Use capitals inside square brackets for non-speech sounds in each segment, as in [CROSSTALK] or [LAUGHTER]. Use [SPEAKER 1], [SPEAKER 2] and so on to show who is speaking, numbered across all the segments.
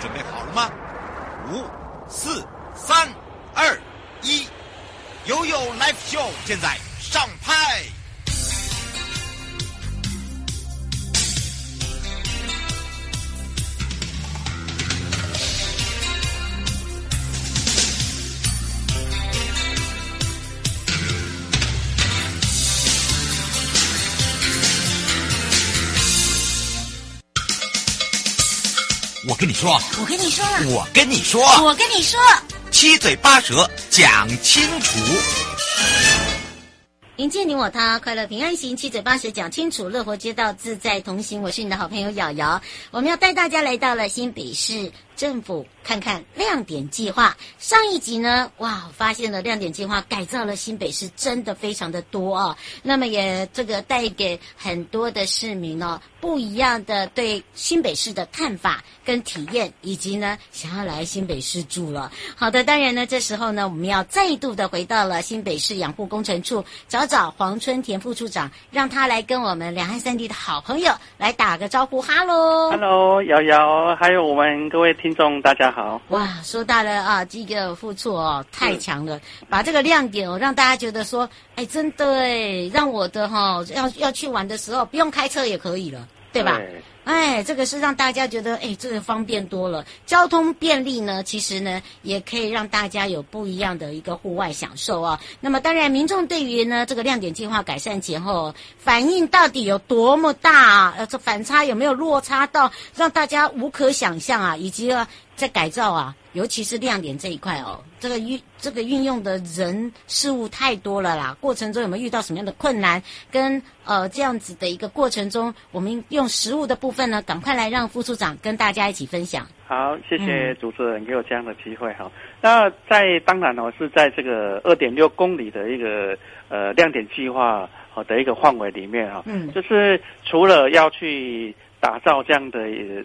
[SPEAKER 1] 准备好了吗？五、四、三、二、一，悠悠 live show 现在上拍。我跟你说，啊
[SPEAKER 2] 我跟你说了，
[SPEAKER 1] 我跟你说，
[SPEAKER 2] 我跟你说，
[SPEAKER 1] 七嘴八舌讲清楚。
[SPEAKER 2] 迎接你我他，快乐平安行，七嘴八舌讲清楚，乐活街道自在同行。我是你的好朋友瑶瑶，我们要带大家来到了新北市政府看看亮点计划。上一集呢，哇，发现了亮点计划改造了新北市，真的非常的多哦。那么也这个带给很多的市民哦不一样的对新北市的看法跟体验，以及呢想要来新北市住了。好的，当然呢，这时候呢，我们要再度的回到了新北市养护工程处，找找黄春田副处长，让他来跟我们两岸三地的好朋友来打个招呼，哈喽。
[SPEAKER 3] Hello，瑶瑶，还有我们各位听众，大家好。
[SPEAKER 2] 哇，说到了啊，这个副处哦，太强了，把这个亮点哦，让大家觉得说，哎，真的哎，让我的哈、要要去玩的时候不用开车也可以了，对吧？哎，这个是让大家觉得，哎，这个方便多了，交通便利呢，其实呢，也可以让大家有不一样的一个户外享受啊。那么，当然，民众对于呢这个亮点计划改善前后反应到底有多么大啊？呃，这反差有没有落差到让大家无可想象啊？以及啊，在改造啊，尤其是亮点这一块哦，这个运这个运用的人事物太多了啦。过程中有没有遇到什么样的困难？跟呃这样子的一个过程中，我们用实物的部分呢，赶快来让副处长跟大家一起分享。
[SPEAKER 3] 好，谢
[SPEAKER 2] 嗯
[SPEAKER 3] 谢主持人给我这样的机会哈。那在当然哦，是在这个二点六公里的一个呃亮点计划好的一个范围里面啊，
[SPEAKER 2] 嗯
[SPEAKER 3] 就是除了要去打造这样的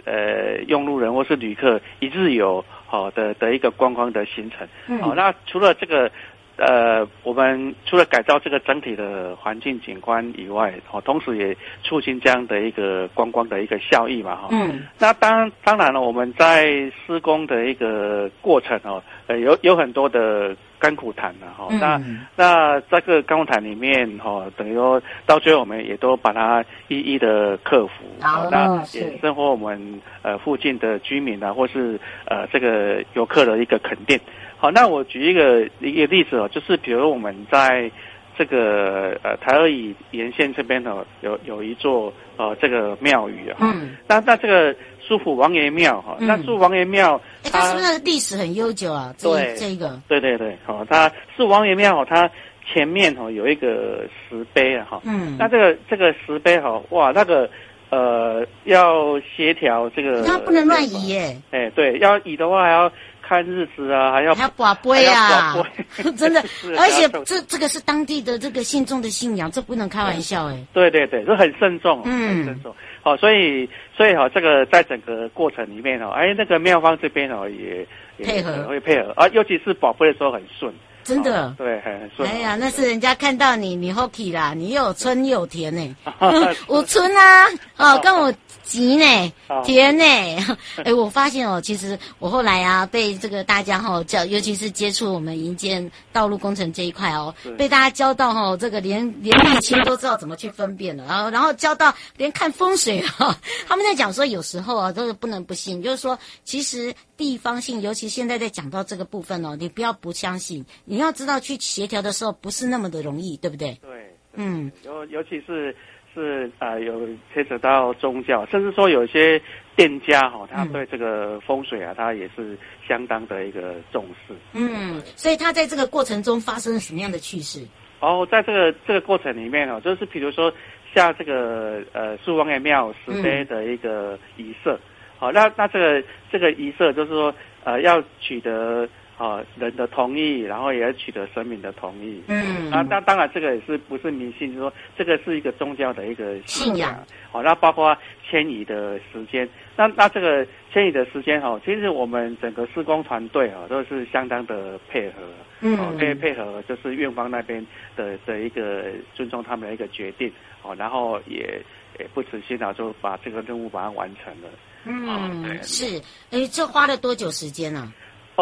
[SPEAKER 3] 呃用路人或是旅客一日游好的的一个观光的行程，
[SPEAKER 2] 嗯
[SPEAKER 3] 好、那除了这个，呃，我们除了改造这个整体的环境景观以外，哦，同时也促进这样的一个观光的一个效益嘛，哈、
[SPEAKER 2] 嗯
[SPEAKER 3] 那当当然了，我们在施工的一个过程哦，呃，有有很多的甘苦谈了哈、
[SPEAKER 2] 嗯
[SPEAKER 3] 那那这个甘苦谈里面哈、哦，等于说到最后我们也都把它一一的克服。
[SPEAKER 2] 哦
[SPEAKER 3] 哦那
[SPEAKER 2] 是
[SPEAKER 3] 也收获我们呃附近的居民啊，或是呃这个游客的一个肯定。好，那我举一个一个例子哦，就是比如我们在这个呃台二乙沿线这边哦，有有一座呃这个庙宇啊、
[SPEAKER 2] 嗯，
[SPEAKER 3] 那那这个苏府王爷庙哈，
[SPEAKER 2] 嗯
[SPEAKER 3] 那苏王爷庙
[SPEAKER 2] 哎，它
[SPEAKER 3] 它
[SPEAKER 2] 是不是历史很悠久啊？这
[SPEAKER 3] 对
[SPEAKER 2] 一这一个，
[SPEAKER 3] 对对对，哦，它苏王爷庙哦它前面哦有一个石碑啊哈，
[SPEAKER 2] 嗯，
[SPEAKER 3] 那这个这个石碑哈，哇，那个呃要协调这个，
[SPEAKER 2] 它不能乱移，耶，
[SPEAKER 3] 哎，对，要移的话还要看日子啊，还要
[SPEAKER 2] 还要挂杯啊
[SPEAKER 3] 还要拔，杯
[SPEAKER 2] [LAUGHS] 真的
[SPEAKER 3] [LAUGHS] 是，
[SPEAKER 2] 而
[SPEAKER 3] 还
[SPEAKER 2] 且
[SPEAKER 3] 要手
[SPEAKER 2] 这这个是当地的这个信众的信仰，这不能开玩笑哎。
[SPEAKER 3] 对对对，这很慎重，
[SPEAKER 2] 嗯
[SPEAKER 3] 很慎重。好、所以所以哈、这个在整个过程里面哦，哎，那个妙方这边哦也也
[SPEAKER 2] 配合
[SPEAKER 3] 呃会配合啊，尤其是宝贝的时候很顺，
[SPEAKER 2] 真的
[SPEAKER 3] 哦对，很很顺。
[SPEAKER 2] 哎
[SPEAKER 3] [LAUGHS]
[SPEAKER 2] 呀，那是人家看到你，你 hockey 啦，你又有春又有田呢、
[SPEAKER 3] 是 [LAUGHS]
[SPEAKER 2] 我春啊， [LAUGHS] 哦，跟我急呢
[SPEAKER 3] 哦，
[SPEAKER 2] 甜呢。 [LAUGHS] 哎，我发现哦，其实我后来啊，被这个大家哈、教，尤其是接触我们营建道路工程这一块哦
[SPEAKER 3] 是，
[SPEAKER 2] 被大家教到哈、这个连连沥青都知道怎么去分辨了，然后然后教到连看风水哈、他们在讲说有时候啊，这个不能不信，就是说其实地方性，尤其现在在讲到这个部分哦，你不要不相信，你要知道去协调的时候不是那么的容易，对不对？
[SPEAKER 3] 对，对
[SPEAKER 2] 嗯，
[SPEAKER 3] 尤尤其是是啊、呃有牵扯到宗教，甚至说有一些店家哈、他对这个风水啊，他也是相当的一个重视。
[SPEAKER 2] 嗯，所以他在这个过程中发生了什么样的趣事？
[SPEAKER 3] 然后哦在这个这个过程里面哦，就是比如说像这个呃树王爷庙石碑的一个仪式，好、那那这个这个仪式就是说呃要取得啊、人的同意，然后也要取得神明的同意。
[SPEAKER 2] 嗯
[SPEAKER 3] 那那当然，这个也是不是迷信，就是说这个是一个宗教的一个
[SPEAKER 2] 信仰。
[SPEAKER 3] 好、那包括迁移的时间，那那这个迁移的时间哈、哦，其实我们整个施工团队哈、哦、都是相当的配合，哦，配
[SPEAKER 2] 嗯
[SPEAKER 3] 配合就是院方那边的的一个尊重他们的一个决定，哦，然后也也不辞辛劳就把这个任务把它完成了。
[SPEAKER 2] 嗯，是，哎，这花了多久时间啊呢、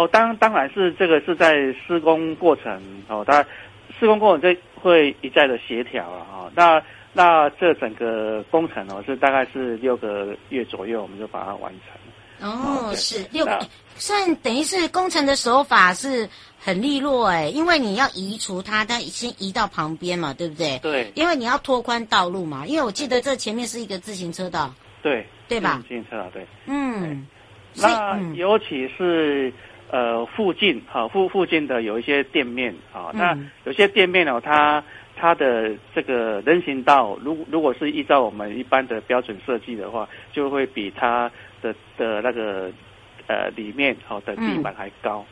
[SPEAKER 3] 哦，当当然是这个是在施工过程哦，它施工过程这会一再的协调了哈、哦。那那这整个工程哦是大概是六个月左右，我们就把它完成。
[SPEAKER 2] 哦，
[SPEAKER 3] 对
[SPEAKER 2] 是六
[SPEAKER 3] 那，
[SPEAKER 2] 算等于是工程的手法是很利落哎，因为你要移除它，它先移到旁边嘛，对不对？
[SPEAKER 3] 对
[SPEAKER 2] 因为你要拓宽道路嘛，因为我记得这前面是一个自行车道，
[SPEAKER 3] 对
[SPEAKER 2] 对吧
[SPEAKER 3] 自行车道对。
[SPEAKER 2] 嗯，所以
[SPEAKER 3] 那
[SPEAKER 2] 嗯
[SPEAKER 3] 尤其是呃附近哈附附近的有一些店面啊，那
[SPEAKER 2] 嗯
[SPEAKER 3] 有些店面哦，它它的这个人行道，如如果是依照我们一般的标准设计的话，就会比它的的那个呃里面好、的地
[SPEAKER 2] 嗯
[SPEAKER 3] 板还高。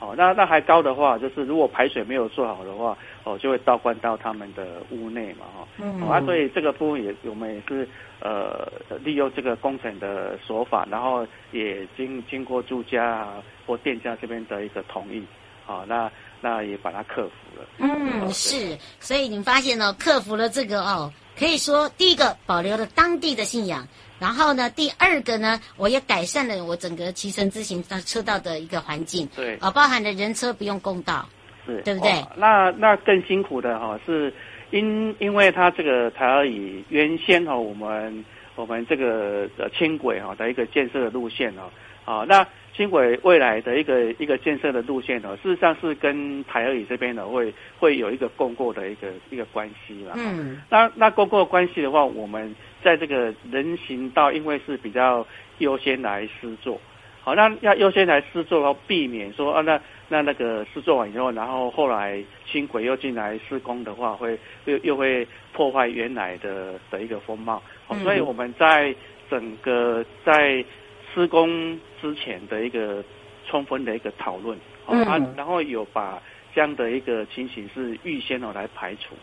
[SPEAKER 3] 哦，那那还高的话，就是如果排水没有做好的话，哦，就会倒灌到他们的屋内嘛，哈、
[SPEAKER 2] 嗯
[SPEAKER 3] 哦，啊，所以这个部分也我们也是呃利用这个工程的手法，然后也经经过住家啊或店家这边的一个同意，啊、那那也把它克服了。
[SPEAKER 2] 嗯，是，所以你发现呢、克服了这个哦，可以说第一个保留了当地的信仰，然后呢，第二个呢，我也改善了我整个骑乘自行车道的一个环境，
[SPEAKER 3] 对
[SPEAKER 2] 啊、包含了人车不用公道，
[SPEAKER 3] 是，
[SPEAKER 2] 对不对
[SPEAKER 3] 哦那那更辛苦的哈、是因因为它这个台而已，原先哈、我们我们这个呃轻轨哈、的一个建设的路线哦，啊、那轻轨未来的一个一个建设的路线哦，事实上是跟台而已这边呢会会有一个共构的一个一个关系啦。
[SPEAKER 2] 嗯
[SPEAKER 3] 那那公共关系的话，我们在这个人行道，因为是比较优先来施作，好，那要优先来施作的话，避免说啊，那那那个施作完以后，然后后来轻轨又进来施工的话，会又又会破坏原来的的一个风貌，好
[SPEAKER 2] 嗯
[SPEAKER 3] 所以我们在整个在施工之前的一个充分的一个讨论，好
[SPEAKER 2] 嗯
[SPEAKER 3] 啊，然后有把这样的一个情形是预先哦来排除。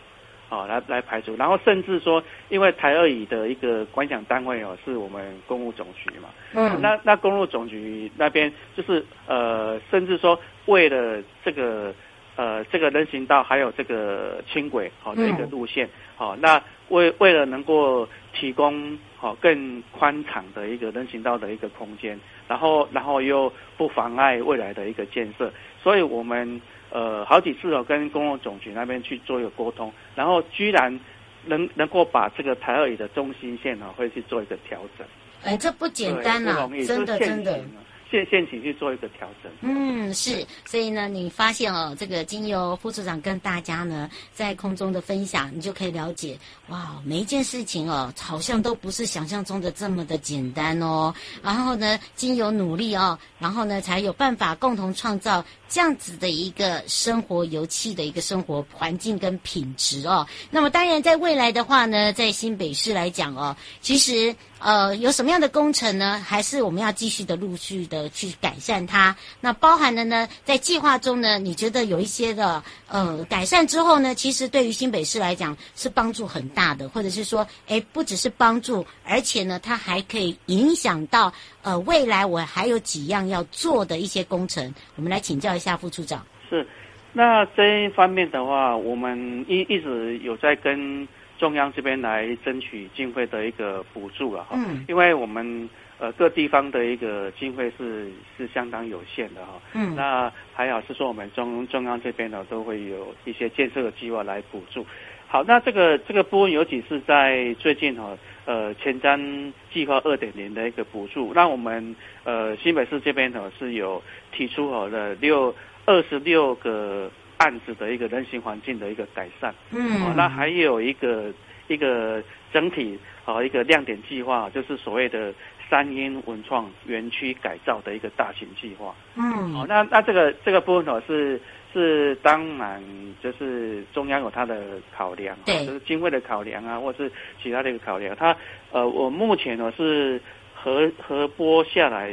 [SPEAKER 3] 好，来来排除，然后甚至说，因为台二乙的一个观想单位哦，是我们公路总局嘛，
[SPEAKER 2] 嗯，
[SPEAKER 3] 那那公路总局那边就是呃，甚至说为了这个呃这个人行道还有这个轻轨好的一个路线，好、那为为了能够提供好、更宽敞的一个人行道的一个空间，然后然后又不妨碍未来的一个建设，所以我们呃好几次哦跟公路总局那边去做一个沟通，然后居然能能够把这个台二乙的中心线呢、哦、会去做一个调整。
[SPEAKER 2] 哎，这不简
[SPEAKER 3] 对
[SPEAKER 2] 单
[SPEAKER 3] 不
[SPEAKER 2] 呐、
[SPEAKER 3] 容易
[SPEAKER 2] 真
[SPEAKER 3] 就
[SPEAKER 2] 的
[SPEAKER 3] 是
[SPEAKER 2] 真的。
[SPEAKER 3] 现现行去做一个调整。
[SPEAKER 2] 嗯，是，所以呢，你发现哦，这个经由副处长跟大家呢在空中的分享，你就可以了解，哇，每一件事情哦，好像都不是想象中的这么的简单哦。然后呢，经由努力哦，然后呢，才有办法共同创造这样子的一个生活油气的一个生活环境跟品质哦。那么当然，在未来的话呢，在新北市来讲哦，其实呃有什么样的工程呢？还是我们要继续的陆续的去改善它。那包含了呢，在计划中呢，你觉得有一些的呃改善之后呢，其实对于新北市来讲是帮助很大的，或者是说，哎，不只是帮助，而且呢，它还可以影响到呃未来我还有几样要做的一些工程。我们来请教一下副处长。
[SPEAKER 3] 是，那这一方面的话，我们一一直有在跟中央这边来争取经费的一个补助了哈。
[SPEAKER 2] 嗯
[SPEAKER 3] 因为我们呃各地方的一个经费是是相当有限的哈、
[SPEAKER 2] 嗯
[SPEAKER 3] 那还好是说我们中中央这边呢都会有一些建设的计划来补助。好，那这个这个部分尤其是在最近哈、呃前瞻计划二点零的一个补助，那我们呃新北市这边呢、是有提出好了六二十六个案子的一个人行环境的一个改善。哦，
[SPEAKER 2] 嗯
[SPEAKER 3] 那还有一个一个整体啊一个亮点计划，就是所谓的三英文创园区改造的一个大型计划。
[SPEAKER 2] 嗯，
[SPEAKER 3] 哦，那那这个这个部分哦是是当然就是中央有它的考量，
[SPEAKER 2] 对
[SPEAKER 3] 哦就是经费的考量啊，或是其他的一个考量。它呃，我目前呢是核核拨下来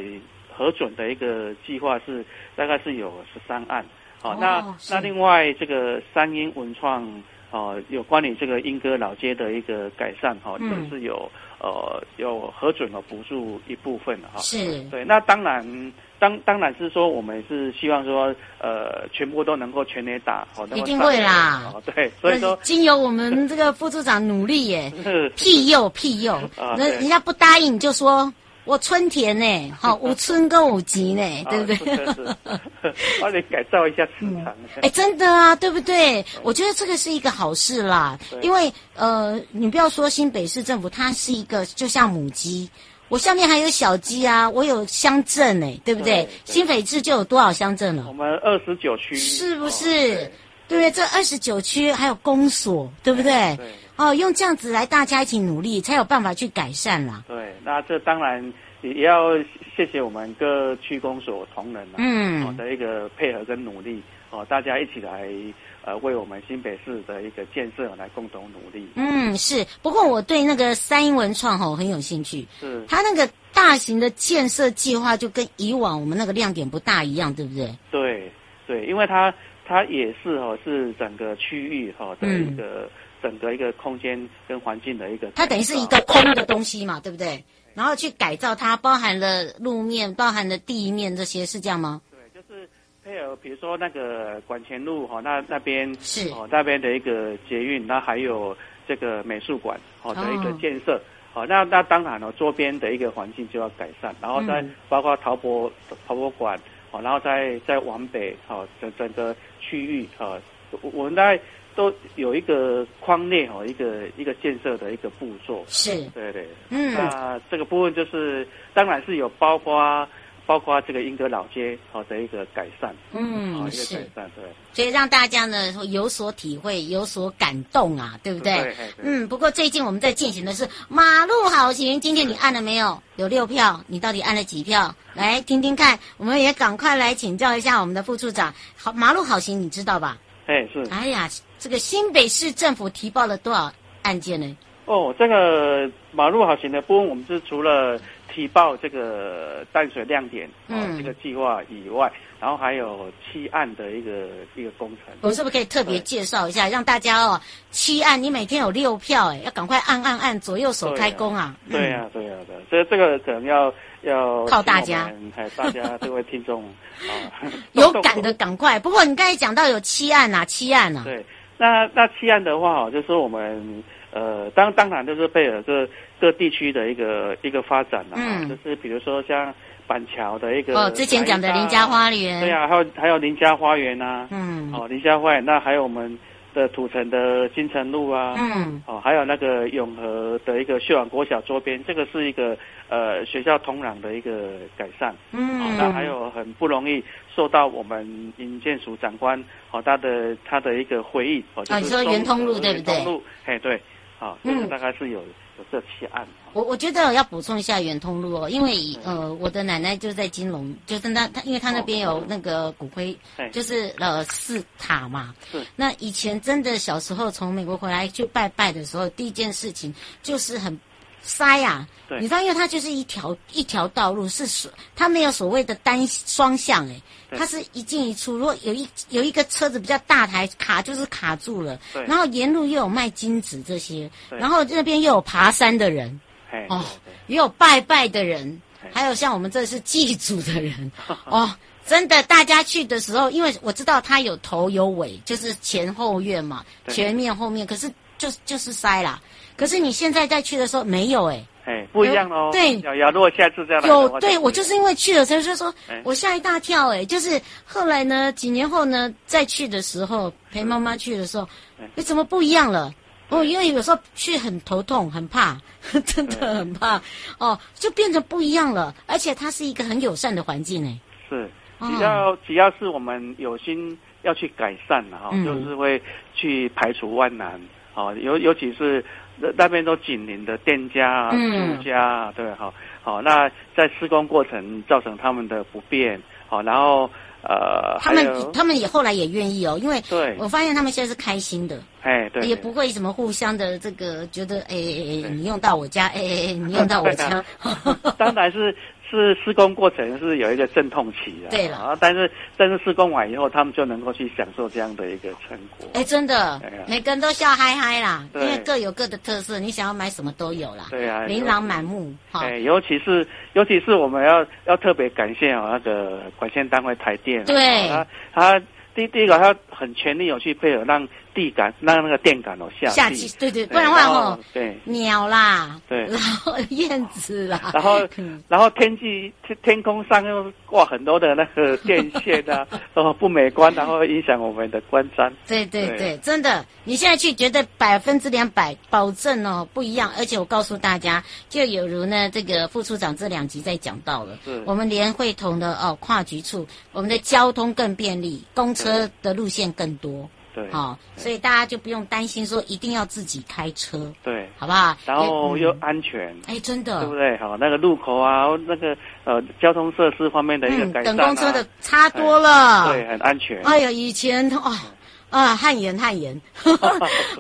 [SPEAKER 3] 核准的一个计划是大概是有十三案。好、
[SPEAKER 2] 哦
[SPEAKER 3] 那
[SPEAKER 2] 是
[SPEAKER 3] 那另外这个三英文创哦、有关于这个莺歌老街的一个改善哈，哦
[SPEAKER 2] 嗯
[SPEAKER 3] 也是有呃有核准了补助一部分哦哈。
[SPEAKER 2] 是，
[SPEAKER 3] 对，那当然，当当然是说，我们是希望说，呃，全部都能够全垒打，哦，能够
[SPEAKER 2] 一定会啦
[SPEAKER 3] 上垒哦，对，所以说
[SPEAKER 2] 那经由我们这个副处长努力耶，
[SPEAKER 3] 是
[SPEAKER 2] 庇佑庇佑，
[SPEAKER 3] 啊
[SPEAKER 2] 那
[SPEAKER 3] 对
[SPEAKER 2] 人家不答应你就说。我春田呢，
[SPEAKER 3] [LAUGHS]
[SPEAKER 2] 好，我春跟五级呢，对不对？
[SPEAKER 3] 啊、是是是，帮你改造一下市场。
[SPEAKER 2] [LAUGHS] 哎，真的啊，对不对？我觉得这个是一个好事啦，
[SPEAKER 3] 嗯对
[SPEAKER 2] 因为呃，你不要说新北市政府，它是一个就像母鸡，我下面还有小鸡啊，我有乡镇哎、对不对？
[SPEAKER 3] 对对
[SPEAKER 2] 新北市就有多少乡镇
[SPEAKER 3] 我
[SPEAKER 2] 了？
[SPEAKER 3] 们二十九区
[SPEAKER 2] 是不
[SPEAKER 3] 哦
[SPEAKER 2] 是？
[SPEAKER 3] 对
[SPEAKER 2] 对不对？这二十九区还有公所，对不对？
[SPEAKER 3] 对
[SPEAKER 2] 哦，用这样子来大家一起努力，才有办法去改善啦。
[SPEAKER 3] 对，那这当然也要谢谢我们各区公所同仁啊，
[SPEAKER 2] 嗯
[SPEAKER 3] 哦的一个配合跟努力，哦，大家一起来呃为我们新北市的一个建设来共同努力。
[SPEAKER 2] 嗯，是。不过我对那个三英文创吼很有兴趣，
[SPEAKER 3] 是
[SPEAKER 2] 它那个大型的建设计划就跟以往我们那个亮点不大一样，对不对？
[SPEAKER 3] 对对，因为它它也是哦，是整个区域哈、哦、的一个、整个一个空间跟环境的一个改造，
[SPEAKER 2] 嗯它等于是一个空的东西嘛，对不对？然后去改造它，包含了路面、包含了地面这些，是这样吗？
[SPEAKER 3] 对，就是配合比如说那个管前路哈、哦，那那边
[SPEAKER 2] 是
[SPEAKER 3] 哦那边的一个捷运，那还有这个美术馆哦的一个
[SPEAKER 2] 哦
[SPEAKER 3] 建设。哦，那那当然了、哦，周边的一个环境就要改善，然后再
[SPEAKER 2] 嗯
[SPEAKER 3] 包括陶博陶博馆，哦，然后再再往北，哦，整整个区域，哦，我我们大概都有一个框内，哦，一个一个建设的一个步骤，
[SPEAKER 2] 是，
[SPEAKER 3] 对对。
[SPEAKER 2] 嗯，
[SPEAKER 3] 那这个部分就是，当然是有包括包括这个英格老街哦的一个改善，哦
[SPEAKER 2] 嗯，
[SPEAKER 3] 一个改
[SPEAKER 2] 是。
[SPEAKER 3] 善，对，
[SPEAKER 2] 所以让大家呢有所体会、有所感动啊，对不对？
[SPEAKER 3] 对对对
[SPEAKER 2] 嗯，不过最近我们在进行的是马路好行，今天你按了没有？有六票，你到底按了几票？来听听看，我们也赶快来请教一下我们的副处长。好，马路好行你知道吧？
[SPEAKER 3] 哎是
[SPEAKER 2] 哎呀，这个新北市政府提报了多少案件呢？
[SPEAKER 3] 哦，这个马路好行的部分，我们是除了提报这个淡水亮点哦、
[SPEAKER 2] 嗯
[SPEAKER 3] 这个计划以外，然后还有七岸的一个一个工程。
[SPEAKER 2] 我们是不是可以特别介绍一下，让大家哦，七案你每天有六票，哎，要赶快按按按，左右手开工啊！
[SPEAKER 3] 对呀、对呀、对、这这个可能要要
[SPEAKER 2] 靠大家
[SPEAKER 3] 请我们，哎，大
[SPEAKER 2] [LAUGHS]
[SPEAKER 3] 家各位听众啊，
[SPEAKER 2] 有赶的赶快。不过你刚才讲到有七案呐、啊，七案呐、啊，
[SPEAKER 3] 对，那那西岸的话哦，就是我们呃，当当然就是配合各各地区的一个一个发展啦、
[SPEAKER 2] 嗯
[SPEAKER 3] 就是比如说像板桥的一个
[SPEAKER 2] 哦，之前讲的
[SPEAKER 3] 台大
[SPEAKER 2] 林家，花园，
[SPEAKER 3] 对啊呀、还有还有林家花园呐、
[SPEAKER 2] 嗯
[SPEAKER 3] 哦，林家花园，那还有我们的土城的金城路啊。
[SPEAKER 2] 嗯，
[SPEAKER 3] 哦，还有那个永和的一个秀朗国小周边，这个是一个呃学校通壤的一个改善。哦，那
[SPEAKER 2] 嗯，
[SPEAKER 3] 还有很不容易受到我们营建署长官哦他的他的一个回应哦，就
[SPEAKER 2] 啊
[SPEAKER 3] 是
[SPEAKER 2] 你说圆通路
[SPEAKER 3] 中
[SPEAKER 2] 对不对
[SPEAKER 3] 圆通路，哎对，好、这
[SPEAKER 2] 嗯
[SPEAKER 3] 个大概是有有这七案。哦
[SPEAKER 2] 我我觉得我要补充一下圆通路哦，因为
[SPEAKER 3] 嗯
[SPEAKER 2] 呃，我的奶奶就在金龙，就是那她，因为她那边有那个骨灰，
[SPEAKER 3] 哎
[SPEAKER 2] 就是呃寺塔嘛。
[SPEAKER 3] 是
[SPEAKER 2] 那以前真的小时候从美国回来去拜拜的时候，第一件事情就是很塞啊。
[SPEAKER 3] 对
[SPEAKER 2] 你知道，因为它就是一条一条道路，是所它没有所谓的单双向哎、
[SPEAKER 3] 对
[SPEAKER 2] 它是一进一出。如果有一有一个车子比较大台卡，就是卡住了。
[SPEAKER 3] 对
[SPEAKER 2] 然后沿路又有卖金子这些，
[SPEAKER 3] 对
[SPEAKER 2] 然后那边又有爬山的人。
[SPEAKER 3] 哎
[SPEAKER 2] 哦
[SPEAKER 3] 对，
[SPEAKER 2] 也有拜拜的人
[SPEAKER 3] 哎，
[SPEAKER 2] 还有像我们这是祭祖的
[SPEAKER 3] [LAUGHS]
[SPEAKER 2] 人哦。真的，大家去的时候，因为我知道它有头有尾，就是前后院嘛，
[SPEAKER 3] 对
[SPEAKER 2] 前面后面，可是就是就是塞啦。可是你现在再去的时候没有哎、
[SPEAKER 3] 对哎不一样哦。
[SPEAKER 2] 对
[SPEAKER 3] 瑶瑶，如果下次再来的
[SPEAKER 2] 有
[SPEAKER 3] 话
[SPEAKER 2] 对我就是因为去了，才说说
[SPEAKER 3] 哎
[SPEAKER 2] 我吓一大跳哎、就是后来呢，几年后呢，再去的时候陪妈妈去的时候
[SPEAKER 3] 哎，
[SPEAKER 2] 哎，怎么不一样了？哦，
[SPEAKER 3] 嗯
[SPEAKER 2] 因为有时候去很头痛，很怕， [LAUGHS] 真的很怕
[SPEAKER 3] 嗯
[SPEAKER 2] 哦，就变得不一样了。而且它是一个很友善的环境哎、
[SPEAKER 3] 是
[SPEAKER 2] 哦
[SPEAKER 3] 只要只要是我们有心要去改善的哈、
[SPEAKER 2] 嗯
[SPEAKER 3] 就是会去排除万难好，尤尤其是那那边都紧邻的店家啊、
[SPEAKER 2] 嗯
[SPEAKER 3] 住家啊，对，好，好，那在施工过程造成他们的不便，好，然后呃，
[SPEAKER 2] 他
[SPEAKER 3] 还有
[SPEAKER 2] 们他们也后来也愿意哦，因为
[SPEAKER 3] 对
[SPEAKER 2] 我发现他们现在是开心的，
[SPEAKER 3] 哎，对，
[SPEAKER 2] 也不会什么互相的这个觉得，哎哎哎，
[SPEAKER 3] 对
[SPEAKER 2] 你用到我家，哎哎哎，你用到我
[SPEAKER 3] [LAUGHS]
[SPEAKER 2] 家， [LAUGHS]
[SPEAKER 3] 当然是是施工过程是有一个阵痛期啊，
[SPEAKER 2] 对了
[SPEAKER 3] 啊，但是但是施工完以后，他们就能够去享受这样的一个成果，
[SPEAKER 2] 哎，真的
[SPEAKER 3] 哎呀，
[SPEAKER 2] 每个人都笑嗨嗨啦，因
[SPEAKER 3] 对
[SPEAKER 2] 为各有各的特色，你想要买什么都有啦，
[SPEAKER 3] 对啊
[SPEAKER 2] 琳琅满目哈。
[SPEAKER 3] 哎，尤其是尤其是我们要要特别感谢哦那个管线单位台电哦，
[SPEAKER 2] 对
[SPEAKER 3] 他他第第一个他很全力有哦去配合，让地感让那个电感哦下
[SPEAKER 2] 下
[SPEAKER 3] 地
[SPEAKER 2] 期，对对，不然的话
[SPEAKER 3] 后
[SPEAKER 2] 吼，
[SPEAKER 3] 对。
[SPEAKER 2] 鸟啦，
[SPEAKER 3] 对
[SPEAKER 2] 然后燕子啦，
[SPEAKER 3] 然后
[SPEAKER 2] [LAUGHS] 嗯，
[SPEAKER 3] 然后天气天天空上又挂很多的那个电线
[SPEAKER 2] [LAUGHS]
[SPEAKER 3] 啊，哦不美观，然后影响我们的观瞻。
[SPEAKER 2] 对对
[SPEAKER 3] 对
[SPEAKER 2] 对，真的，你现在去觉得百分之两百保证哦不一样，而且我告诉大家，就有如呢这个副处长这两集在讲到了
[SPEAKER 3] 是，
[SPEAKER 2] 我们连会同的哦跨局处，我们的交通更便利，公车的路线更多，
[SPEAKER 3] 对，
[SPEAKER 2] 哦，所以大家就不用担心说一定要自己开车，
[SPEAKER 3] 对，
[SPEAKER 2] 好不好？
[SPEAKER 3] 然后
[SPEAKER 2] 也
[SPEAKER 3] 又
[SPEAKER 2] 嗯
[SPEAKER 3] 安全，
[SPEAKER 2] 哎、真
[SPEAKER 3] 对不
[SPEAKER 2] 的，
[SPEAKER 3] 对？好，那个路口啊，那个呃交通设施方面的一个
[SPEAKER 2] 嗯，
[SPEAKER 3] 改
[SPEAKER 2] 等
[SPEAKER 3] 善、啊
[SPEAKER 2] 公车的哦差多了，
[SPEAKER 3] 对，啊很安全。
[SPEAKER 2] 哎呀，以前哇啊，汗颜汗
[SPEAKER 3] [LAUGHS]
[SPEAKER 2] 颜，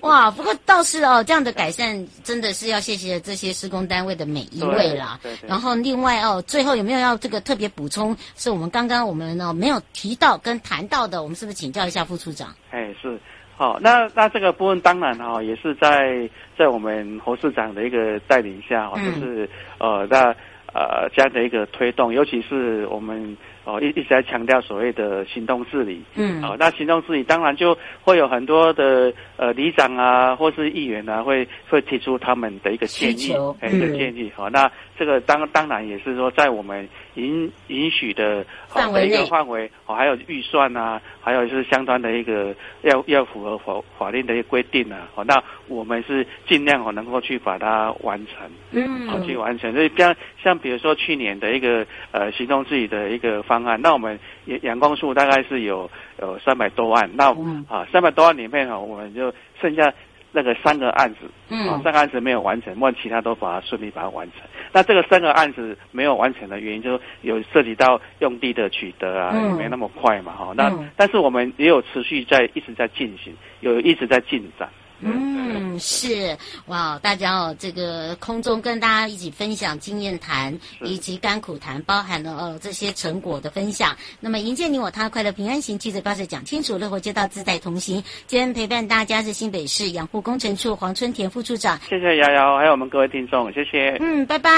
[SPEAKER 2] 哇！不过倒是哦，这样的改善真的是要谢谢这些施工单位的每一位啦
[SPEAKER 3] 对对。对
[SPEAKER 2] 然后另外哦，最后有没有要这个特别补充？是我们刚刚我们哦呢没有提到跟谈到的，我们是不是请教一下副处长？
[SPEAKER 3] 哎，是。好，那那这个部分当然哈、也是在在我们侯市长的一个带领下哈、
[SPEAKER 2] 嗯
[SPEAKER 3] 就是呃，那呃这样的一个推动，尤其是我们哦、一一直在强调所谓的行动治理，
[SPEAKER 2] 嗯
[SPEAKER 3] 好、哦那行动治理当然就会有很多的呃里长啊，或是议员啊，会会提出他们的一个建
[SPEAKER 2] 需
[SPEAKER 3] 议
[SPEAKER 2] 求，
[SPEAKER 3] 哎，一个
[SPEAKER 2] 嗯
[SPEAKER 3] 建议。好、那这个当当然也是说在我们允允许的好
[SPEAKER 2] 范围
[SPEAKER 3] 的一个
[SPEAKER 2] 内
[SPEAKER 3] 范围，哦，还有预算啊，还有就是相关的一个要要符合法法令的一个规定啊。哦，那我们是尽量哦能够去把它完成。好去
[SPEAKER 2] 嗯，
[SPEAKER 3] 完成。所以像像比如说去年的一个呃行动自己的一个方案，那我们阳阳光树大概是有有三百多万，那
[SPEAKER 2] 嗯
[SPEAKER 3] 啊三百多万里面哈、我们就剩下。那个三个案子，
[SPEAKER 2] 嗯
[SPEAKER 3] 啊，三个案子没有完成，问其他都把它顺利把它完成。那这个三个案子没有完成的原因，就有涉及到用地的取得啊，
[SPEAKER 2] 嗯
[SPEAKER 3] 也没那么快嘛，哈、那、
[SPEAKER 2] 嗯
[SPEAKER 3] 但是我们也有持续在一直在进行，有一直在进展。
[SPEAKER 2] 嗯，是哇，大家哦，这个空中跟大家一起分享经验谈
[SPEAKER 3] 是
[SPEAKER 2] 以及甘苦谈，包含了哦这些成果的分享。那么迎接你我他，快乐平安行，七嘴八舌讲清楚，乐活街道自在同行。今天陪伴大家是新北市养护工程处黄春田副处长。
[SPEAKER 3] 谢谢瑶瑶，还有我们各位听众，谢谢，
[SPEAKER 2] 嗯，拜
[SPEAKER 3] 拜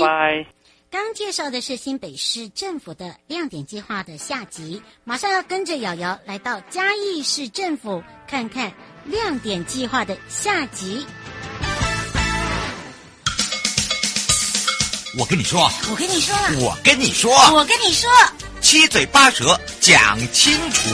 [SPEAKER 3] 拜。
[SPEAKER 2] 刚介绍的是新北市政府的亮点计划的下集，马上要跟着瑶瑶来到嘉义市政府看看亮点计划的下集。
[SPEAKER 1] 我跟你说，
[SPEAKER 4] 我跟你说了，
[SPEAKER 1] 我跟你说，
[SPEAKER 2] [LAUGHS]
[SPEAKER 4] 我跟你说，
[SPEAKER 1] 七嘴八舌讲清楚。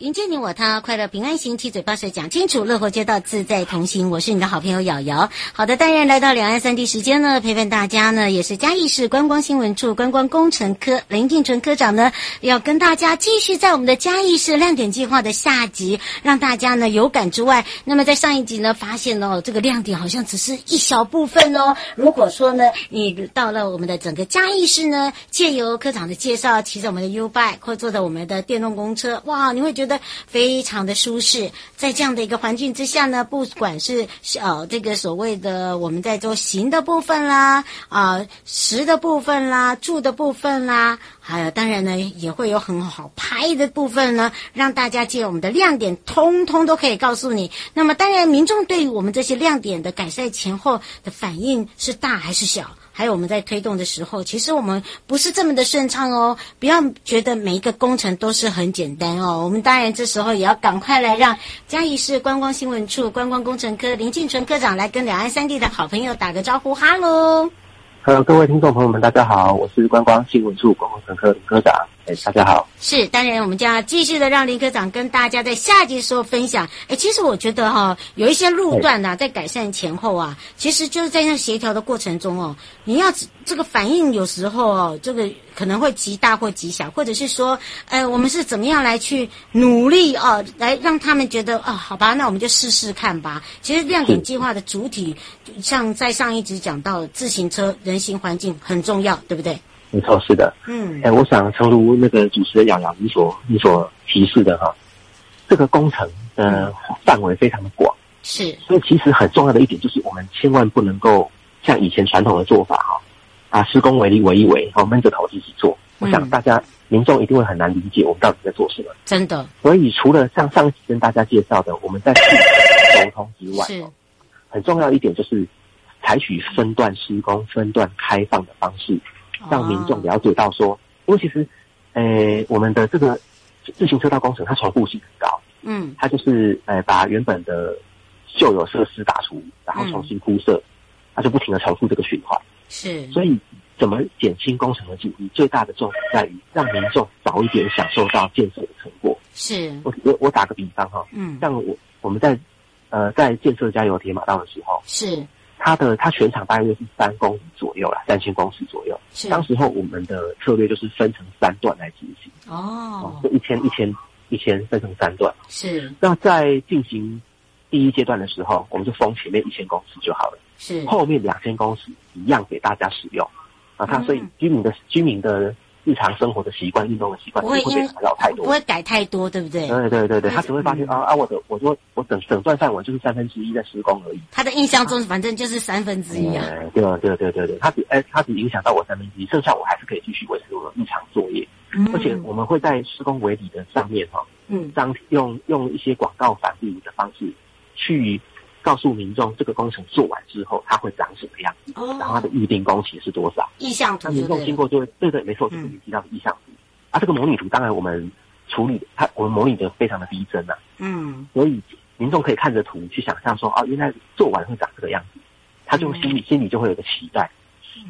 [SPEAKER 2] 迎接你我他，快乐平安行，七嘴八舌讲清楚，乐活街道自在同行。我是你的好朋友瑶瑶。好的，当然来到两岸三地时间呢，陪伴大家呢，也是嘉义市观光新闻处观光工程科林进纯科长呢，要跟大家继续在我们的嘉义市亮点计划的下集，让大家呢有感之外，那么在上一集呢，发现哦，这个亮点好像只是一小部分哦。如果说呢，你到了我们的整个嘉义市呢，借由科长的介绍，骑着我们的 U bike 或坐着我们的电动公车，哇，你会觉得非常的舒适。在这样的一个环境之下呢，不管是呃这个所谓的我们在做行的部分啦，啊、食的部分啦，住的部分啦，还有当然呢也会有很好拍的部分呢，让大家借我们的亮点，通通都可以告诉你。那么当然，民众对于我们这些亮点的改善前后的反应是大还是小？还有我们在推动的时候，其实我们不是这么的顺畅哦。不要觉得每一个工程都是很简单哦。我们当然这时候也要赶快来让嘉义市观光新闻处观光工程科林进纯科长来跟两岸三地的好朋友打个招呼，哈喽。
[SPEAKER 5] 呃，各位听众朋友们，大家好，我是观光新闻处观光乘客林科长。
[SPEAKER 4] 哎，大家好。
[SPEAKER 2] 是，当然，我们将要继续的让林科长跟大家在下集时候分享。哎，其实我觉得哈、有一些路段呐、在改善前后啊，其实就是在那协调的过程中哦，你要这个反应有时候哦，这个可能会极大或极小，或者是说，哎，我们是怎么样来去努力哦，来让他们觉得啊、好吧，那我们就试试看吧。其实亮点计划的主体，像在上一集讲到，自行车人行环境很重要，对不对？
[SPEAKER 4] 没错，是的。
[SPEAKER 2] 嗯，
[SPEAKER 4] 哎，我想诚如那个主持人杨洋你所你所提示的哈，这个工程的范围非常的广，
[SPEAKER 2] 是，
[SPEAKER 4] 所以其实很重要的一点就是我们千万不能够像以前传统的做法哈，啊，施工为例围一围，哦，闷着头自己做。我想
[SPEAKER 2] 嗯
[SPEAKER 4] 大家民众一定会很难理解我们到底在做什么。
[SPEAKER 2] 真的
[SPEAKER 4] 所以除了像上一期跟大家介绍的，我们在系统沟通之外，
[SPEAKER 2] 是，
[SPEAKER 4] 很重要一点就是采取分段施工、分段开放的方式，让民众
[SPEAKER 2] 哦
[SPEAKER 4] 了解到说，因为其实，呃，我们的这个自行车道工程它重复性很高，
[SPEAKER 2] 嗯
[SPEAKER 4] 它就是呃把原本的旧有设施打除，然后重新铺设，它就不停的重复这个循环。
[SPEAKER 2] 是，
[SPEAKER 4] 所以，怎么减轻工程的阻力，最大的重点在于让民众早一点享受到建设的成果。
[SPEAKER 2] 是，
[SPEAKER 4] 我我我打个比方哈、
[SPEAKER 2] 嗯，
[SPEAKER 4] 像我我们在呃在建设加油铁马道的时候，
[SPEAKER 2] 是
[SPEAKER 4] 它的它全长大约是三公里左右啦，三千公尺左右。
[SPEAKER 2] 是，
[SPEAKER 4] 当时候我们的策略就是分成三段来进行，
[SPEAKER 2] 哦
[SPEAKER 4] 就，一千一千一千分成三段。
[SPEAKER 2] 是
[SPEAKER 4] 那在进行第一阶段的时候，我们就封前面一千公尺就好了，
[SPEAKER 2] 是，
[SPEAKER 4] 后面两千公尺一样给大家使用啊。它
[SPEAKER 2] 嗯
[SPEAKER 4] 所以居民的居民的日常生活的习惯、运动的习惯
[SPEAKER 2] 不会
[SPEAKER 4] 不会
[SPEAKER 2] 因
[SPEAKER 4] 被打扰太
[SPEAKER 2] 不
[SPEAKER 4] 多。嗯
[SPEAKER 2] 会改太多，对不对？
[SPEAKER 4] 对对对对，他只会发现
[SPEAKER 2] 嗯
[SPEAKER 4] 啊啊，我的我说我整整段范围就是三分之一在施工而已。
[SPEAKER 2] 他的印象中反正就是三分之一啊，
[SPEAKER 4] 嗯，对对对对对，它只哎，它只影响到我三分之一，剩下我还是可以继续维持我的日常作业，
[SPEAKER 2] 嗯
[SPEAKER 4] 而且我们会在施工围里的上面哈、
[SPEAKER 2] 嗯
[SPEAKER 4] 张用用一些广告反应的方式，去告诉民众这个工程做完之后它会长什么样，然后它
[SPEAKER 2] 哦
[SPEAKER 4] 的，预定工期是多少，
[SPEAKER 2] 意向图
[SPEAKER 4] 那
[SPEAKER 2] 就
[SPEAKER 4] 民众
[SPEAKER 2] 对嗯
[SPEAKER 4] 经
[SPEAKER 2] 了，
[SPEAKER 4] 过就会对对没错，就是你提到的意向图、啊，这个模拟图当然我们处理它，我们模拟的非常的逼真啊，
[SPEAKER 2] 嗯
[SPEAKER 4] 所以民众可以看着图去想象说，哦，原来做完会长这个样子，他就
[SPEAKER 2] 嗯
[SPEAKER 4] 心里心里就会有个期待。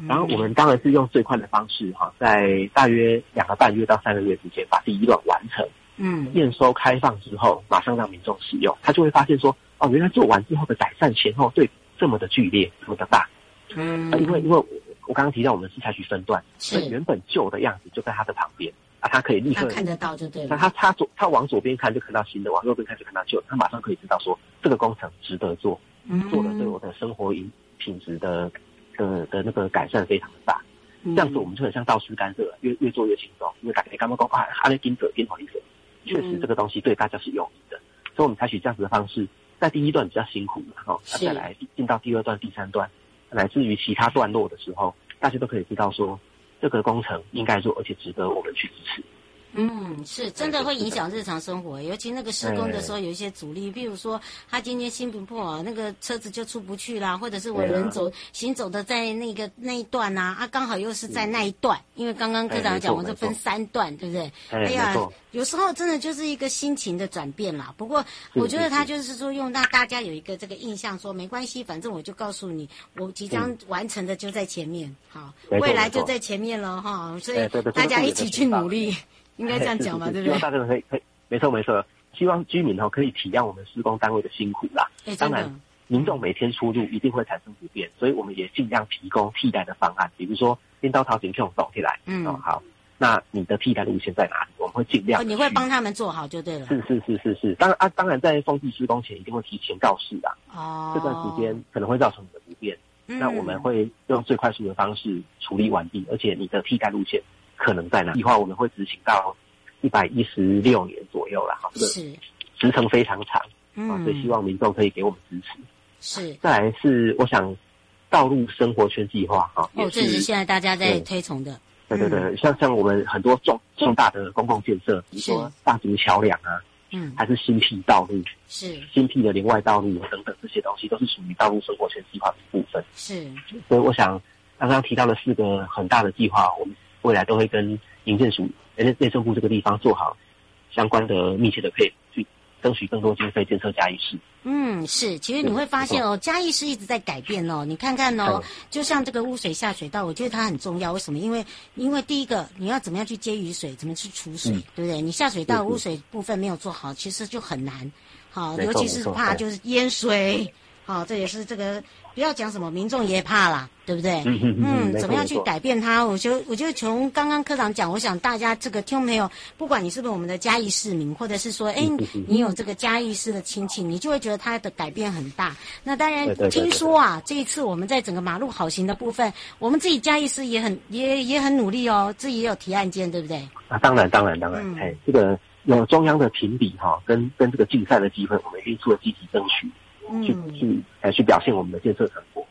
[SPEAKER 4] 然后我们当然是用最快的方式哈，在大约两个半月到三个月之间把第一段完成，
[SPEAKER 2] 嗯
[SPEAKER 4] 验收开放之后，马上让民众使用，他就会发现说，哦，原来做完之后的改善前后对比这么的剧烈，这么的大。
[SPEAKER 2] 嗯
[SPEAKER 4] 啊，因为因为我我刚刚提到我们是采取分段，所以
[SPEAKER 2] 是
[SPEAKER 4] 原本旧的样子就在他的旁边啊，他可以立
[SPEAKER 2] 他
[SPEAKER 4] 刻
[SPEAKER 2] 看得到就对
[SPEAKER 4] 那
[SPEAKER 2] 了，
[SPEAKER 4] 他他左他往左边看就看到新的，往右边看就看到旧的，他马上可以知道说这个工程值得做，
[SPEAKER 2] 嗯
[SPEAKER 4] 做了对我的生活影品质的的的那个改善非常的大。
[SPEAKER 2] 这
[SPEAKER 4] 这样子我们就很像倒吃甘蔗，越越做越轻松，因为感觉干巴工啊，阿那金者边好一者，确实这个东西对大家是有益
[SPEAKER 2] 嗯
[SPEAKER 4] 的，所以我们采取这样子的方式，在第一段比较辛苦嘛，然后
[SPEAKER 2] 是
[SPEAKER 4] 再来进到第二段、第三段，乃至于其他段落的时候，大家都可以知道说这个工程应该做，而且值得我们去支持。
[SPEAKER 2] 嗯，是真的会影响日常生
[SPEAKER 4] 哎
[SPEAKER 2] 活，尤其那个施工的时候有一些阻力，比如说他今天心不破啊，那个车子就出不去啦，或者是我
[SPEAKER 4] 对啊
[SPEAKER 2] 人走、行走的在那个那一段呐、啊，啊，刚好又是在那一段，因为刚刚科
[SPEAKER 4] 哎没
[SPEAKER 2] 长讲，
[SPEAKER 4] 错
[SPEAKER 2] 我是分
[SPEAKER 4] 没错
[SPEAKER 2] 三段，对不对？
[SPEAKER 4] 嗯哎，
[SPEAKER 2] 哎
[SPEAKER 4] 没
[SPEAKER 2] 呀
[SPEAKER 4] 错。，
[SPEAKER 2] 有时候真的就是一个心情的转变啦。不过
[SPEAKER 4] 是
[SPEAKER 2] 我觉得
[SPEAKER 4] 是
[SPEAKER 2] 他
[SPEAKER 4] 是
[SPEAKER 2] 就是说用让大家有一个这个印象说，没关系，反正我就告诉你，我即将完成的就在前面，好，
[SPEAKER 4] 嗯没错
[SPEAKER 2] 未来
[SPEAKER 4] 没错
[SPEAKER 2] 就在前面了哈，所以
[SPEAKER 4] 哎对对
[SPEAKER 2] 大家
[SPEAKER 4] 这个是
[SPEAKER 2] 一
[SPEAKER 4] 我的
[SPEAKER 2] 起去
[SPEAKER 4] 想法
[SPEAKER 2] 努力，应该这样讲 [LAUGHS] 嘛，
[SPEAKER 4] 是是
[SPEAKER 2] 对
[SPEAKER 4] 是
[SPEAKER 2] 不
[SPEAKER 4] 希望大
[SPEAKER 2] 对？
[SPEAKER 4] 家可以可以，没错没错，希望居民哦可以体谅我们施工单位的辛苦啦。
[SPEAKER 2] 哎，真
[SPEAKER 4] 当
[SPEAKER 2] 的
[SPEAKER 4] 然，，民众每天出入一定会产生不便，所以我们也尽量提供替代的方案，比如说拎刀桃警这种走起来，
[SPEAKER 2] 嗯
[SPEAKER 4] 哦好，那你的替代路线在哪里？我们会尽量
[SPEAKER 2] 哦，
[SPEAKER 4] 去、
[SPEAKER 2] 你会帮他们做好就对了。
[SPEAKER 4] 是是是是是，当然啊，当然在封闭施工前一定会提前告示啦，
[SPEAKER 2] 哦，
[SPEAKER 4] 啊这段时间可能会造成你的不便，
[SPEAKER 2] 嗯，
[SPEAKER 4] 那我们会用最快速的方式处理完毕，而且你的替代路线可能在哪？计划我们会执行到一百一十六年左右啦，哈，这个
[SPEAKER 2] 是，
[SPEAKER 4] 时程非常长啊，
[SPEAKER 2] 嗯，
[SPEAKER 4] 所以希望民众可以给我们支持。
[SPEAKER 2] 是。
[SPEAKER 4] 再来是我想道路生活圈计划哈，
[SPEAKER 2] 哦
[SPEAKER 4] 也，
[SPEAKER 2] 这是嗯
[SPEAKER 4] 是
[SPEAKER 2] 现在大家在
[SPEAKER 4] 对
[SPEAKER 2] 推崇的，
[SPEAKER 4] 对对对，像像我们很多重重大的公共建设，比如说
[SPEAKER 2] 嗯是
[SPEAKER 4] 大竹桥梁啊，
[SPEAKER 2] 嗯，
[SPEAKER 4] 还是新辟道路、
[SPEAKER 2] 是
[SPEAKER 4] 新辟的连外道路等等这些东西，都是属于道路生活圈计划的部分。
[SPEAKER 2] 是，
[SPEAKER 4] 所以我想，刚刚提到的四个很大的计划，我们未来都会跟营建署、内内政部这个地方做好相关的密切的配合，去争取更多经费建设嘉义市。
[SPEAKER 2] 嗯，是，其实你会发现哦，嘉义市一直在改变
[SPEAKER 4] [LAUGHS]
[SPEAKER 2] 哦。你看看哦，
[SPEAKER 4] 哎
[SPEAKER 2] 就像这个污水下水道，我觉得它很重要。为什么？因为因为第一个，你要怎么样去接雨水，怎么去储水，
[SPEAKER 4] 嗯
[SPEAKER 2] 对不对？你下水道
[SPEAKER 4] 嗯嗯
[SPEAKER 2] 污水部分没有做好，其实就很难。好，
[SPEAKER 4] 没
[SPEAKER 2] 尤
[SPEAKER 4] 错
[SPEAKER 2] 其是
[SPEAKER 4] 没错哎
[SPEAKER 2] 怕
[SPEAKER 4] 对
[SPEAKER 2] 就是淹水，好，这也是这个不要讲什么，民众也怕啦，对不对？
[SPEAKER 4] 嗯嗯嗯没错
[SPEAKER 2] 怎么样去
[SPEAKER 4] 没错
[SPEAKER 2] 改变它？我觉得，我觉得从刚刚科长讲，我想大家这个听众朋友，不管你是不是我们的嘉义市民，或者是说，哎，
[SPEAKER 4] 嗯
[SPEAKER 2] 你有这个嘉义市的亲戚，你就会觉得他的改变很大。那当然
[SPEAKER 4] 对对，对
[SPEAKER 2] 听说啊，这一次我们在整个马路好行的部分，我们自己嘉义市也很也也很努力哦，自己也有提案件，对不对？
[SPEAKER 4] 啊，当然，当然，当然
[SPEAKER 2] 嗯，
[SPEAKER 4] 哎、这个有中央的评比哈、跟跟这个竞赛的机会，我们一定做积极争取，去
[SPEAKER 2] 嗯
[SPEAKER 4] 去哎去表现我们的建设成果。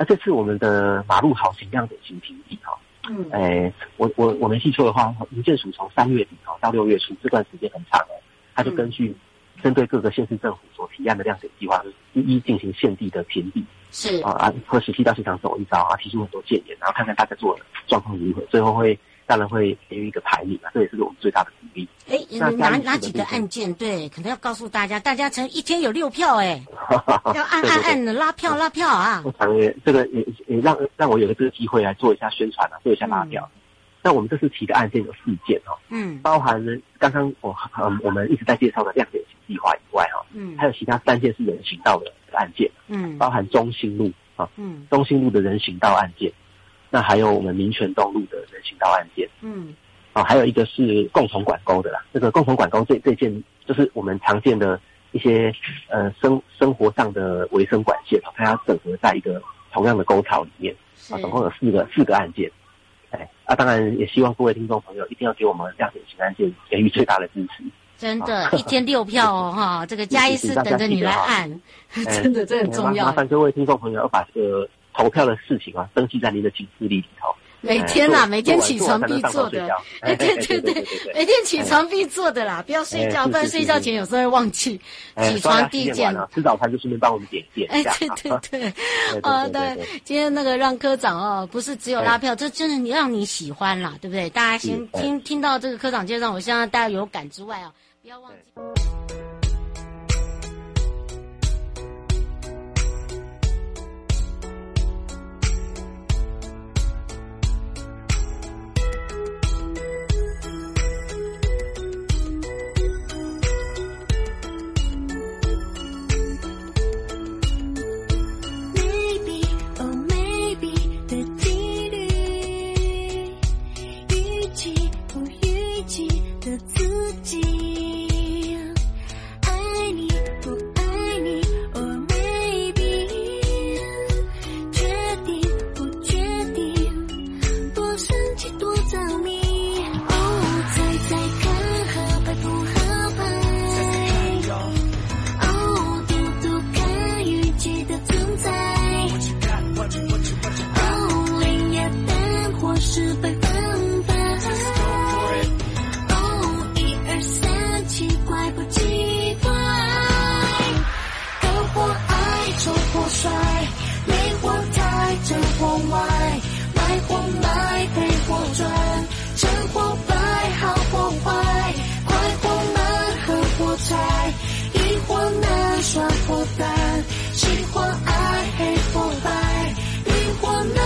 [SPEAKER 4] 那这次我们的马路好行量典型评比哈、
[SPEAKER 2] 嗯
[SPEAKER 4] 哎，我我我没记错的话，营建署从三月底哈到六月初这段时间很长哦，它
[SPEAKER 2] 嗯
[SPEAKER 4] 就根据针对各个县市政府所提案的亮点计划，一一进行县地的评比
[SPEAKER 2] 是
[SPEAKER 4] 啊啊，或实际到现场走一遭啊，提出很多建言，然后看看大家做的状况如何，最后会当然会给予一个排名啊，这也是我们最大的鼓励。 [LAUGHS]
[SPEAKER 2] 哎，
[SPEAKER 4] 那嘉义
[SPEAKER 2] 哪
[SPEAKER 4] 市的
[SPEAKER 2] 哪几个
[SPEAKER 4] 部分
[SPEAKER 2] 案件？对，可能要告诉大家，大家成一天有六票哎，要按
[SPEAKER 4] 啊对
[SPEAKER 2] 按
[SPEAKER 4] 对对
[SPEAKER 2] 按的拉票拉票啊！
[SPEAKER 4] 我想也这个也也让让我有这个机会来做一下宣传啊，做一下拉票。那我们这次提的案件有四件哦，
[SPEAKER 2] 嗯
[SPEAKER 4] 包含了刚刚我嗯我们一直在介绍的亮点型计划以外哈、
[SPEAKER 2] 嗯
[SPEAKER 4] 还有其他三件是人行道的案件，
[SPEAKER 2] 嗯
[SPEAKER 4] 包含中兴路啊，
[SPEAKER 2] 嗯
[SPEAKER 4] 中兴路的人行道案件，那还有我们民权东路的人行道案件
[SPEAKER 2] 嗯
[SPEAKER 4] 啊，还有一个是共同管沟的啦。这个共同管沟这这件就是我们常见的一些呃生生活上的维生管线啊，它要整合在一个同样的沟槽里面
[SPEAKER 2] 是
[SPEAKER 4] 啊，总共有四个四个案件。哎，啊，当然也希望各位听众朋友一定要给我们亮点型案件给予最大的支
[SPEAKER 2] [LAUGHS]
[SPEAKER 4] 持。
[SPEAKER 2] 真
[SPEAKER 4] 啊
[SPEAKER 2] 的，一天六票哦，哈，这个嘉义市等着你来按，
[SPEAKER 4] [LAUGHS] 哎
[SPEAKER 2] 真的这很重
[SPEAKER 4] 麻
[SPEAKER 2] 要
[SPEAKER 4] 麻。烦各位听众朋友把这个投票的事情啊，登记在您的行事历里头。
[SPEAKER 2] 每天啊，
[SPEAKER 4] 哎
[SPEAKER 2] 每天起床必
[SPEAKER 4] 做
[SPEAKER 2] 做。的，哎，
[SPEAKER 4] 完之后才能上床睡觉哎
[SPEAKER 2] 对
[SPEAKER 4] 对
[SPEAKER 2] 对对
[SPEAKER 4] 对对，对。
[SPEAKER 2] 每天起床必做的啦，不要睡觉，
[SPEAKER 4] 哎是
[SPEAKER 2] 不然
[SPEAKER 4] 是
[SPEAKER 2] 睡觉
[SPEAKER 4] 是
[SPEAKER 2] 前有时候会忘记。
[SPEAKER 4] 哎
[SPEAKER 2] 起
[SPEAKER 4] 刷牙
[SPEAKER 2] 床
[SPEAKER 4] 洗
[SPEAKER 2] 第一
[SPEAKER 4] 脸
[SPEAKER 2] 件
[SPEAKER 4] 完，了，吃早餐就顺便帮我们点点
[SPEAKER 2] 哎
[SPEAKER 4] [LAUGHS] 一下。，
[SPEAKER 2] 对对对。
[SPEAKER 4] 对哎
[SPEAKER 2] 啊，
[SPEAKER 4] 对对对对。
[SPEAKER 2] 今天那个让科长哦，不是只有拉票，这真的让你喜欢啦，对不对？大家先
[SPEAKER 4] 嗯
[SPEAKER 2] 听听到这个科长介绍，我相信大家有感之外啊，不要忘记。
[SPEAKER 5] Maybe, oh maybe 的几率，预期不预期的自己，爱你不爱你，oh maybe，确定不确定，多神奇多着迷，哦，猜猜看合拍不合拍？哦，读读看预期的存在。哦，零夜单或是被翻版。哦，一二三，奇怪不奇怪？高或矮，丑或帅，美或台，真或歪，买或卖，赔或赚，真或白，好或坏，快或慢，狠或菜，疑或难，爽或淡，喜或爱，黑或白，明或难，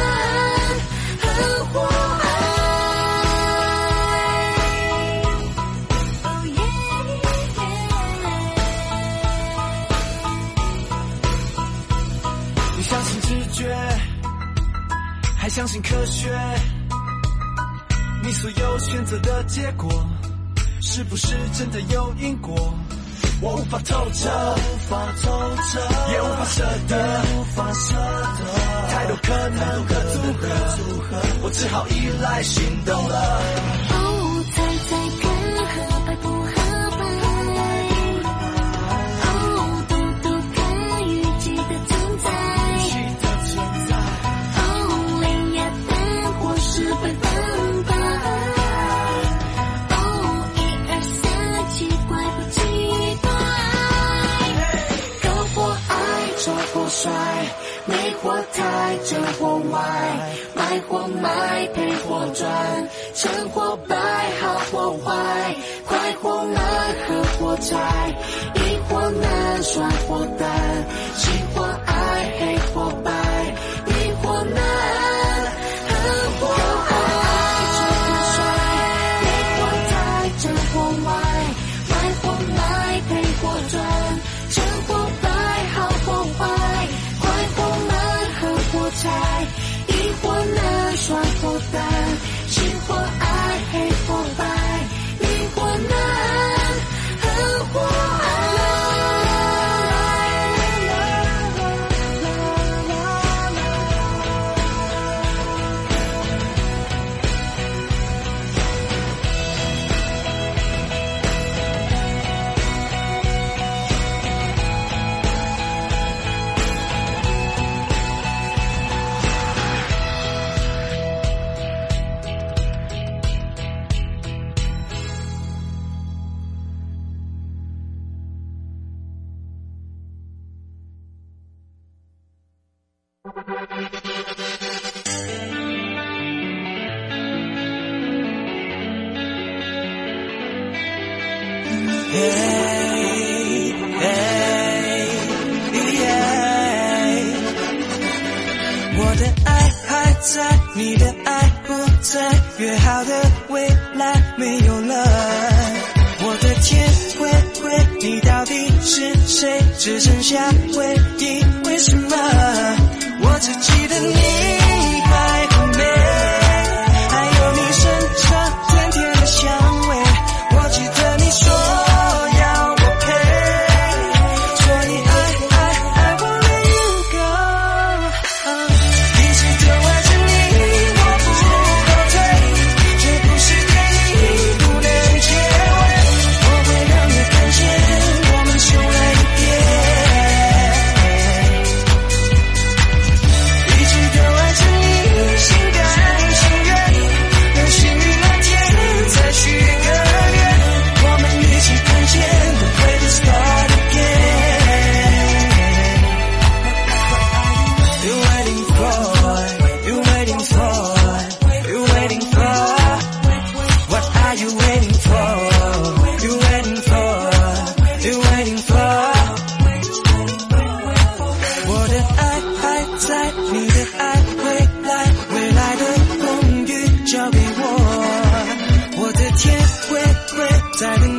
[SPEAKER 5] 恨或爱。Oh yeah, yeah.
[SPEAKER 6] 你相信直觉，还相信科学？你所有选择的结果，是不是真的有因果？我无法透彻，无法透彻，也无法舍得，无法舍得，太多可能和组合，我只好依赖行动了。
[SPEAKER 5] 哦，猜猜看，合拍不合拍？哦，读读看，预计的存在。哦，零呀单或是被翻版。哦，一二三，奇怪不奇怪？高或矮，丑或帅，美或台，真或歪，买或卖，赔或赚，真或白，好或坏，快或慢，狠或窄，疑
[SPEAKER 6] 嘿嘿耶我的爱还在，你的爱不在，约好的未来没有了。我的天，灰灰，你到底是谁？只剩下回忆，为什么我只记得你白和美，还有你身上甜甜的香味。我记得你说要我陪，说你爱爱爱我 let you go。一直都爱着你，我不后退，这不是电影，不能结尾，我会让你看见，我们重来一遍。一直都爱着你，心甘情愿，流星雨那天再许个愿，我们一起看见，the way to start again。You waiting for, you waiting for, you waiting for. What are you waiting for? You waiting for, you waiting for. 我的爱还在，你的爱回来，未来的风雨交给我。我的天，会会在等哦